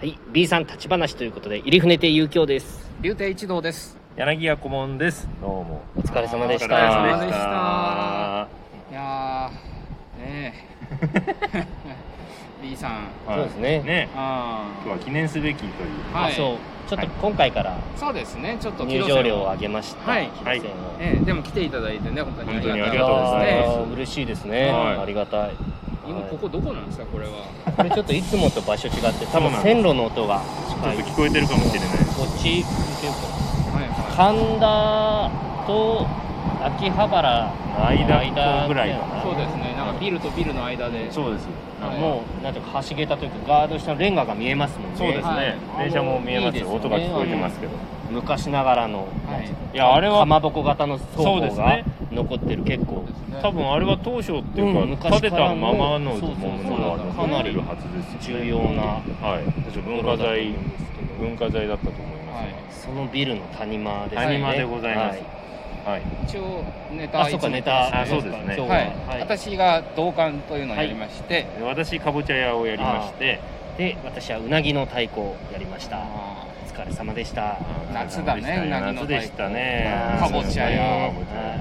はい、B さん立ち話ということで入船亭遊興です。竜亭一同です柳家顧問です。どうも。お疲れ様でしたお疲れ様であいやーねえ B さんはいそうですねね。あ今ー日は記念すべきという。はあいそう、ちょっと今回からそうですねちょっと入場料を上げました。はいキロセンをええでも来ていただいてね本当にありが本当にあたりいがとうございでますあー嬉しいですね。はいありがたい。今ここどこなんですかこれははいこれちょっといつもと場所違って、多そうな分んです線路の音がちょ近っい。とこ聞こえてるかもしれない。っち行けるかはいなは神田と秋葉原の間ぐらいかいそうですねなんかビルとビルの間でそうです。はいもうなんていうか橋桁というかガード下のレンガが見えますもんねそうですはいね。電車も見えますいいですよ。ね音が聞こえてますけど。昔ながらの、はいいやあれかはまぼこ型の倉そうで庫すがね残ってる結構ですね多分あれは当初っていうかうん建てたま昔からのまのものがそうそうそう残ってるはずですよ。重要なはい。確か文化財文化財だったと思いまはすいね。そのビルの谷間ですね谷間でございますは。はい。一応ネタあそうかネタあそうですね今日は、はい、はい私が同感というのをやりまして、で私かぼちゃ屋をやりまして。で私はうなぎの太鼓をやりましたあお疲れ様でした夏だねうなぎの夏でしたねかぼちゃ屋はい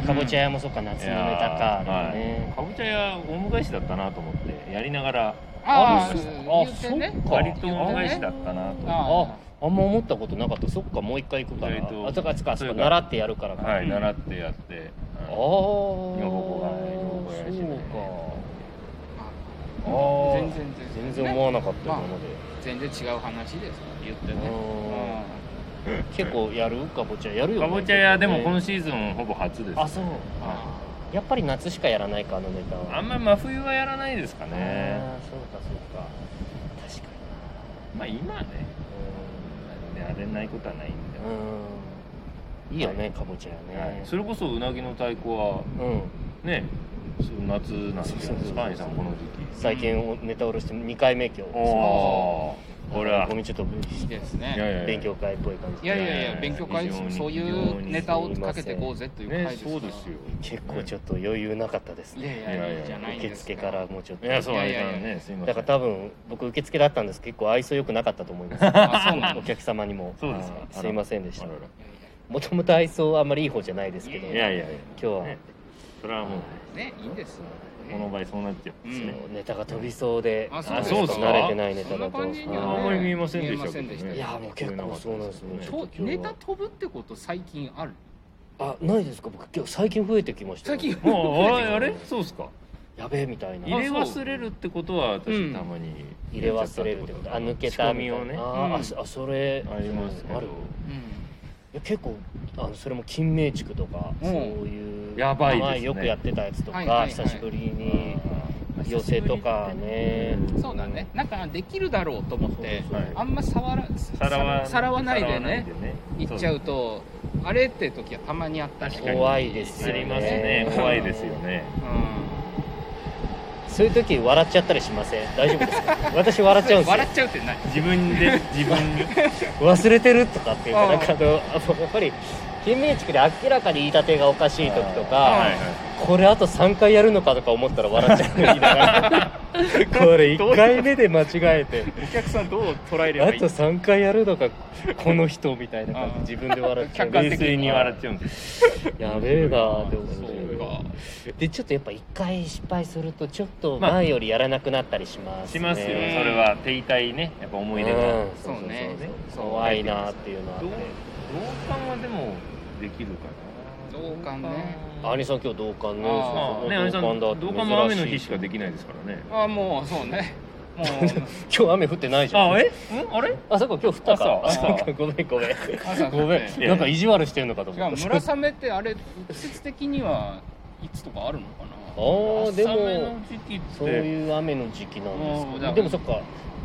あかぼちゃ屋もそうか夏のネタかあれはねかぼちゃ屋おむ返しだったなと思ってやりながらああー言うてねそっか割とおむ返しだったなとあああんま思ったことなかったそっかもう一回行くからえっとあそっかあそっかあそっかそうか習ってやるからかはいうん習ってやってああうん女房がね女房がやらしてねそうかあ全あ然全然全然思わなかった今まで、全然違う話ですから言ってねうーん結構やるかぼちゃやるよ、ね、かぼちゃ屋でも結構今ねシーズンほぼ初ですあそうやっぱり夏しかやらないかあのネタはあんま真冬はやらないですかねあーそうかそうか確かまあ今ねやれないことはないんでにうんいいよね、かぼちゃやはいね、それこそうなぎの太鼓はうんねそう夏なんでそうそうそうスパイさんこの時期最近おネタ下ろして2回目今日おおこれはゴミちょっといいですねい勉強会っぽい感じいでやいやいや勉強会非常にそういうネタをかけてこうぜという会ねですからそうですよ結構ちょっと余裕なかったですいねやいやいやじゃないん受です付からもうちょっといやそういあやいれやいやからねすいませだんから多分僕受付だったんです結構愛想良くなかったと思いますあそうな のお客様にもそうですかあーすいませんでしたあらもともと愛想はあんまりいい方じゃないですけどらいやいやいや今日は、ねそれはもうねいいんですよこの場合そうなっちゃううでんすねネタが飛びそうであそうあそうですか慣れてないネタそんだなと感じにあはんねまり見えませんでした見えませんでけしどたねいやもう結構そうなんですよねちょっとネタ飛ぶってこと最近あるあないですか僕今日最近増えてきましたよ最近もうあれあれそうですかやべえみたいな入れ忘れるってことはうん私たまに入れ忘れるってことあ抜けた仕込みをねああー、うんあそあそれりますけあるいうんどや結構あのそれも金明地区とか、うんそういうやばいですね前よくやってたやつとか、はいはいはい久しぶりに寄せとかねそうだねなんかできるだろうと思ってそうそうそうあんま触らさらわさらわないでね行っちゃうととあれって時はたまにあったり確かに怖いですよあねりますね怖いですよねうそういう時笑っちゃったりしません大丈夫ですか私笑っちゃうんでんすよ笑っちゃうって何自分で自 分に忘れてるとかっていうかうんなんかあのあのやっぱり金明地区で明らかに言い立てがおかしい時とはかいはいこれあと3回やるのかとか思ったら笑っちゃう言いながらこれ1回目で間違えてお客さんどう捉えあと3回やるのかこの人みたいな感うんじ自分で笑っちゃう客観冷的静に笑っちゃうんですやべえなーって思そっうてかでちょっとやっぱ1回失敗するとちょっと前よりやらなくなったりしますしね、ますよ、ねそれは手痛いねやっぱ思い出が、うん同そうそうそうねそう怖いなーっていうのはあって感はでもできるかな同感ねアニさん今日同感ねあそうそうねあれさん同同感感もだって珍雨しいの日しかできないですからねあもうそうねもう今日雨降ってないじゃんあえんあれあそこ今日降ったかあ朝そうかごめんごめん朝 ごめん なんか意地悪してるのかと違思うった村雨ってあれ季節的にはいつとかあるのかあなーで朝雨のも時期ってそういう雨の時期なんですうけんどだでもそっか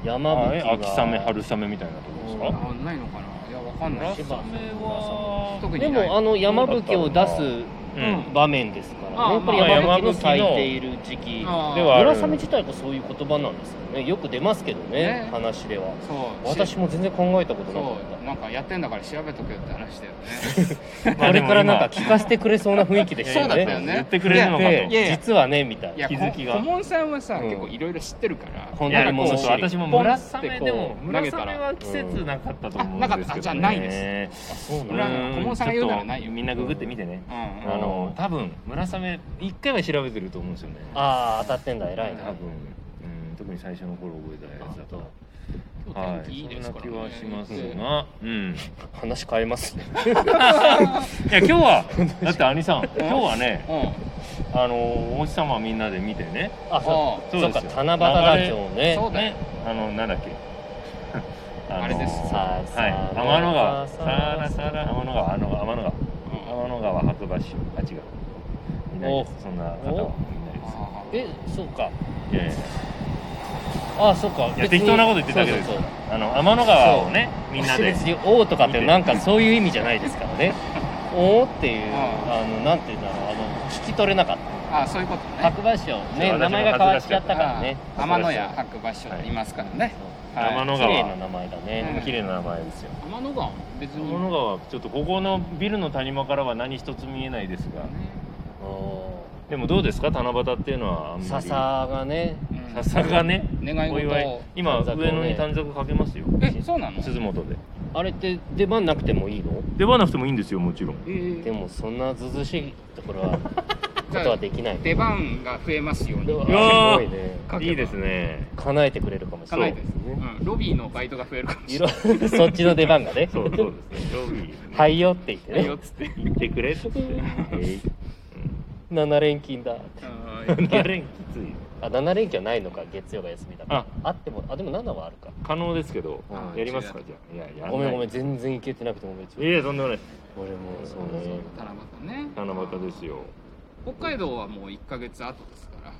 山あ吹えが秋雨春雨みたいなとこですうかあないのかないやわかんない村一雨番は特にでもあの山吹を出すうん場面ですからあねーこれまあ山吹山の吹の咲いている時期あーではある村雨自体がそういう言葉なんですよねよく出ますけどねね話ではそう私も全然考えたことなかっそうなんかやってんだから調べとけよって話だよねたこれからなんか聞かせてくれそうな雰囲気 でしたよそうだったよねね言ってくれるのかといやでいやいや実はねみたいいなや気づきがこ顧問さんはさ、うん結構いろいろ知ってるから本い当やにもう物そう知り私もポン村って雨こうでも投村げたら雨は季節なかったと思うんあなかったですけど、ね、あじゃあないでそうこれはね小物さんが言うならないよちょっとみんなググってみてね、うんあの多分村雨一回は調べてると思うんですよねああ当たってんだ偉いな多分、うん、特に最初の頃覚えたやつだと今は日天気いいいでそすんなから、気ねはしますでが、うん、話変えますねい や今日はだって兄さん今日はねうんあのおじさまみんなで見てねあそそううそうですかよ七夕だ流れ今日ねそうだよねあのなんだっけ のあれですさあさあはい天の川ささあらさら天の川あの天の川天の川白馬市あ違ういないですそんな方はいないですあーえそうかいやいやあそうかいや適当なこと言ってたわけですそうそうそうあの天の川をねみん なで別に「お」とかってなんかそういう意味じゃないですからね「お」っていううんあのなんて言うんだろうあの聞き取れなかったあーそういうことね白馬市をね名前が変わっちゃったからねあー天野屋白馬市にいますからね、はい天の綺麗な川名前だうんね綺麗な名前ですよ天の川も別天にの川ちょっとここのビルの谷間からは何一つ見えないですがおでもどうですか七夕っていうのはあんまり笹がねうん笹がね願いお事祝いを今短冊をね上野に短冊かけますよえそうなの鈴本であれって出番なくてもいいの出番なくてもいいんですよもちろんえーでもそんなずずしいところはことはできない出番が増えますようにうわうわすごいねかけばいいですね叶えてくれるかもしれ叶なえいてうん、ロビーのバイトが増えるかもしいれろないそっちの出番がねそうそうです ねロビーはいよって言っいいてよねっつって行ってくれっつって えい7連勤だあうんー7連きついあ7連休はないのか月曜が休みだからああってもあでも7はあるか可能ですけどあやりますかじゃあいややらないごめんごめん全然行けてなくてごめんちょいやとんでもないで俺もすそそううね七夕ね七夕ですよ北海道はもう1か月後ですから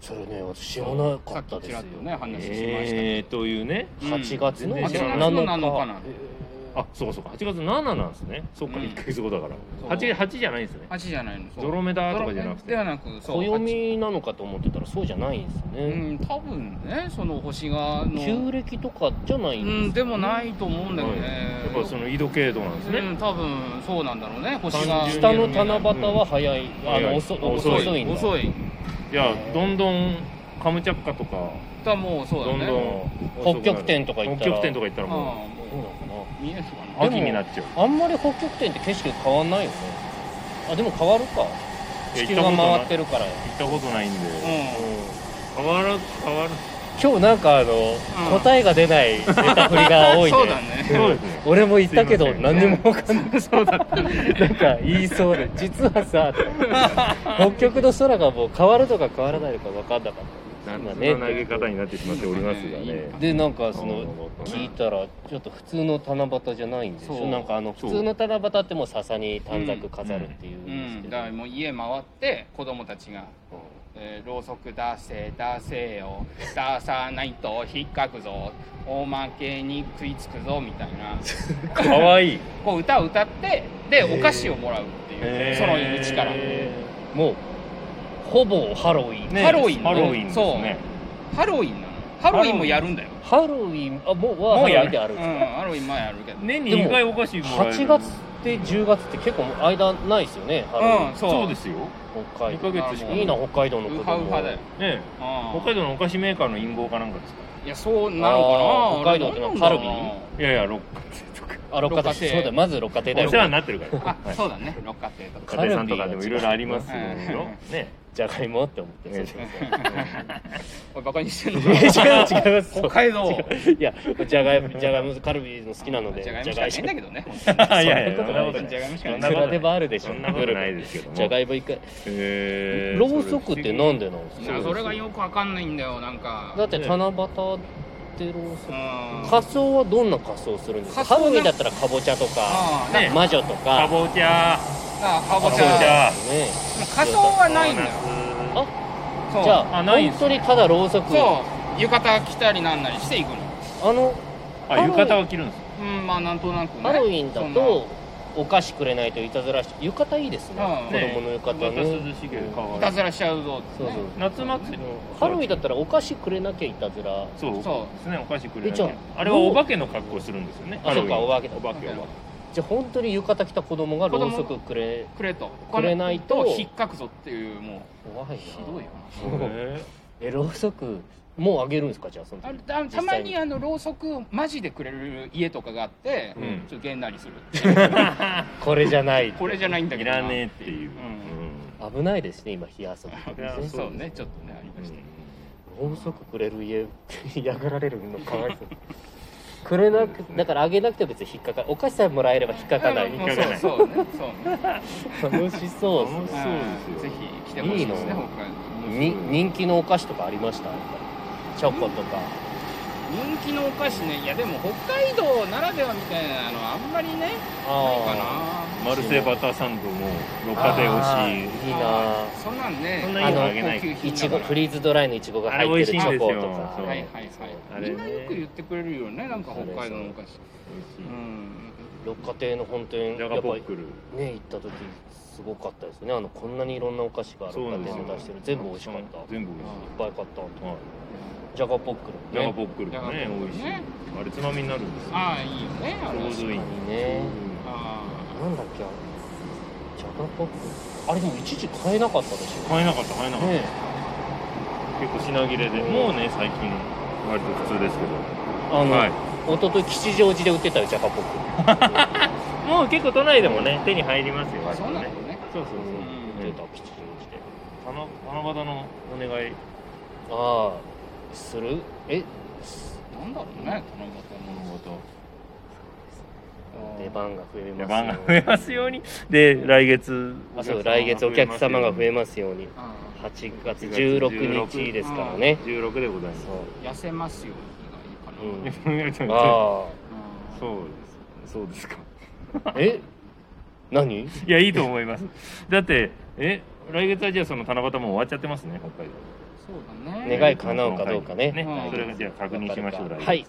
それね私知らなかさっったきでちすらよっとね話しましたえーというねうん8月のう7ん8月日の7日あそうかそうか8月7なんですねそうかうん1ヶ月後だかそうら8 8じゃないんですね8じゃないのそうゾロ目だとかじゃなくてゾロ目ではなくそう暦なのかと思ってたらそうじゃないんですうね、ん多分ねその星がの旧暦とかじゃなういんです、んでもないと思うんだよはいね、やっぱその緯度経度なんですねうん多分そうなんだろうね星が30下の七夕は早い、んあ早のい遅遅遅いい遅いんだ遅いいやどんどんカムチャッカとかだもうそうだどねんどん北極点とか行ったら北極点とか行ったらもあそうなのかあ見えるかうなあ秋になっちゃうなあんまり北極点って景色変わんないよねあでも変わるかいや地球が回ってるからよ行ったことないんでうん変わら変わる今日なんかあの、うん答えが出ないネタ振りが多い そうねだねそうですね 俺も言ったけどすいませ何にも分かんないそうだなんか言いそうで実はさ北極の空がもう変わるとか変わらないのか分かんなかったなんんだかねね投げ方になってしまっておりますがねでなんかそなるのほどね聞いたらちょっと普通の七夕じゃないんでしそょうなんかあのそ普う通の七夕ってもう笹に短冊飾るっていううんですん、けどだからもう家回って子供たちが「えーろうそく出せ出せよ出さないと引っかくぞおまけに食いつくぞ」みたいな可愛いこう歌を歌ってでお菓子をもらうっていう、へーその1から、もうほぼハロウィンねハロウィンハロウィンですねハロウィンなのハロウィンもやるんだよ、ハロウィンあもうはハもうロウやィンるであるうんでん、すかハロウィンもやるけど年に2回お菓子もらえる8月って10月って結構間ないですよねハロウィうんンそうそうですよ北海道2ヶ月しかすいいな北海道のウ子ハウ供ハだよ、ねうん北海道のお菓子メーカーの陰謀かなんかですかいやそうなのあかなー北海道ってのはハロウィンいやいや六あ六花亭そう六花亭だよまず六花亭だお世話によなってるからあはいそうだね六花亭と か家庭さんとかでもいろいろありますよねじゃがいもって思ってねそうそうおいバカにしてんのいや違う違うそう北海道いやじゃがいもじゃがいもカルビの好きなのでじゃがいじゃもしがかいしないんだけどねいやいやそんなことじゃがいもしかそないんいくなことらなでいもあるでしょそんなことないですけどもじゃがいも一回へーろうそくってなんでなんですいかやそれがよくわかんないんだよなんかだって七夕ってろうそくうん仮装はどんな仮装するんですかハ仮装ロウなィンだったらかぼちゃとかああね魔女とかかぼちゃあかぼちかぼちゃゃね仮装はないんだよよそうじゃああないん本す当にただろうそくそう浴衣着たりなんなりしていくのあのあ浴衣を着るんですうんまあなんとなくねハロウィンだそんなとお菓子くれないといたずらし浴衣いいですね、うん子供の浴衣またね涼しげで可い愛たいずらしちゃうぞっそてうねそう夏祭りハロウィンだったらお菓子くれなきゃいたずらそうそそうですねお菓子くれえなじゃきゃああれはお化けの格好するんですよねあそうかおハ化ロけだウィンお化けお化じゃあ本当に浴衣着た子供がろうそくくれくれとくれないと引っかくぞっていうも怖いなうひどいよけへえろうそくもうあげるんですかじゃあそのあ時たたまにあのろうそくをマジでくれる家とかがあって、うんちょっとげんなりするっていうこれじゃないこれじゃないんだえけいどらねええっていう危ないですね今火遊びとかいやねそうねちょっとねありました、ろうそくくれる家 嫌がられるのかわいそうくれなくだからあげなくても別に引っかかるお菓子さえもらえれば引っかかないうん引っかかないそうそうねそうね楽しそうっすね楽しそうですよぜひ来てほしいですいいのね北海道に人気のお菓子とかありましたやっぱりチョコとか人気のお菓子ねいやでも北海道ならではみたいなのあんまりねないかあなマルセイバターサンドも六花亭推しいいなあそんなんねそんないいのあげない高級い品ちだごかフらリーズドライのいちごが入ってるチョコとかあれ美味しいんですよそうはいはいあはい、れねみんなよく言ってくれるよねなんか北海道のお菓子う美ん六花亭の本当に味しいジやャっガぱポりックルね行った時すごかったですねあのこんなにいろんなお菓子が六そうな花んです亭よで出してる全部美味しかったいっ全部美ぱい味し買ったいはいジャガポックジルャガねポックルもジャガねポックルね美味しいあれつまみになるんですよああいいよねあちょいれうどいいいねあなんだっけあれジャガポックルあれでも一時買えなかったでしょ買えなかった買えなかったね結構品切れで、うんもうね最近割と普通ですけどあの、はい一昨日吉祥寺で売ってたよジャガポックルもう結構都内でもね手に入りますよあ割とそうなのねねそうそうそう、う売っんうんてた吉祥寺で七七夕のお願いああするえすなんだろうね出七夕の番が増えます出番が増えますようにで来月あそう来月お客様が増えますようにああ8月16日ですからね十六でございます そ痩せますようにがいいかうな、んうあうあんそうですそうですか あえ何いやいいと思いますだってえ来月はじゃあその七夕も終わっちゃってますね北海道そうだね願い叶うかどうかねねうんそれがじゃあ確認しましょう来月はい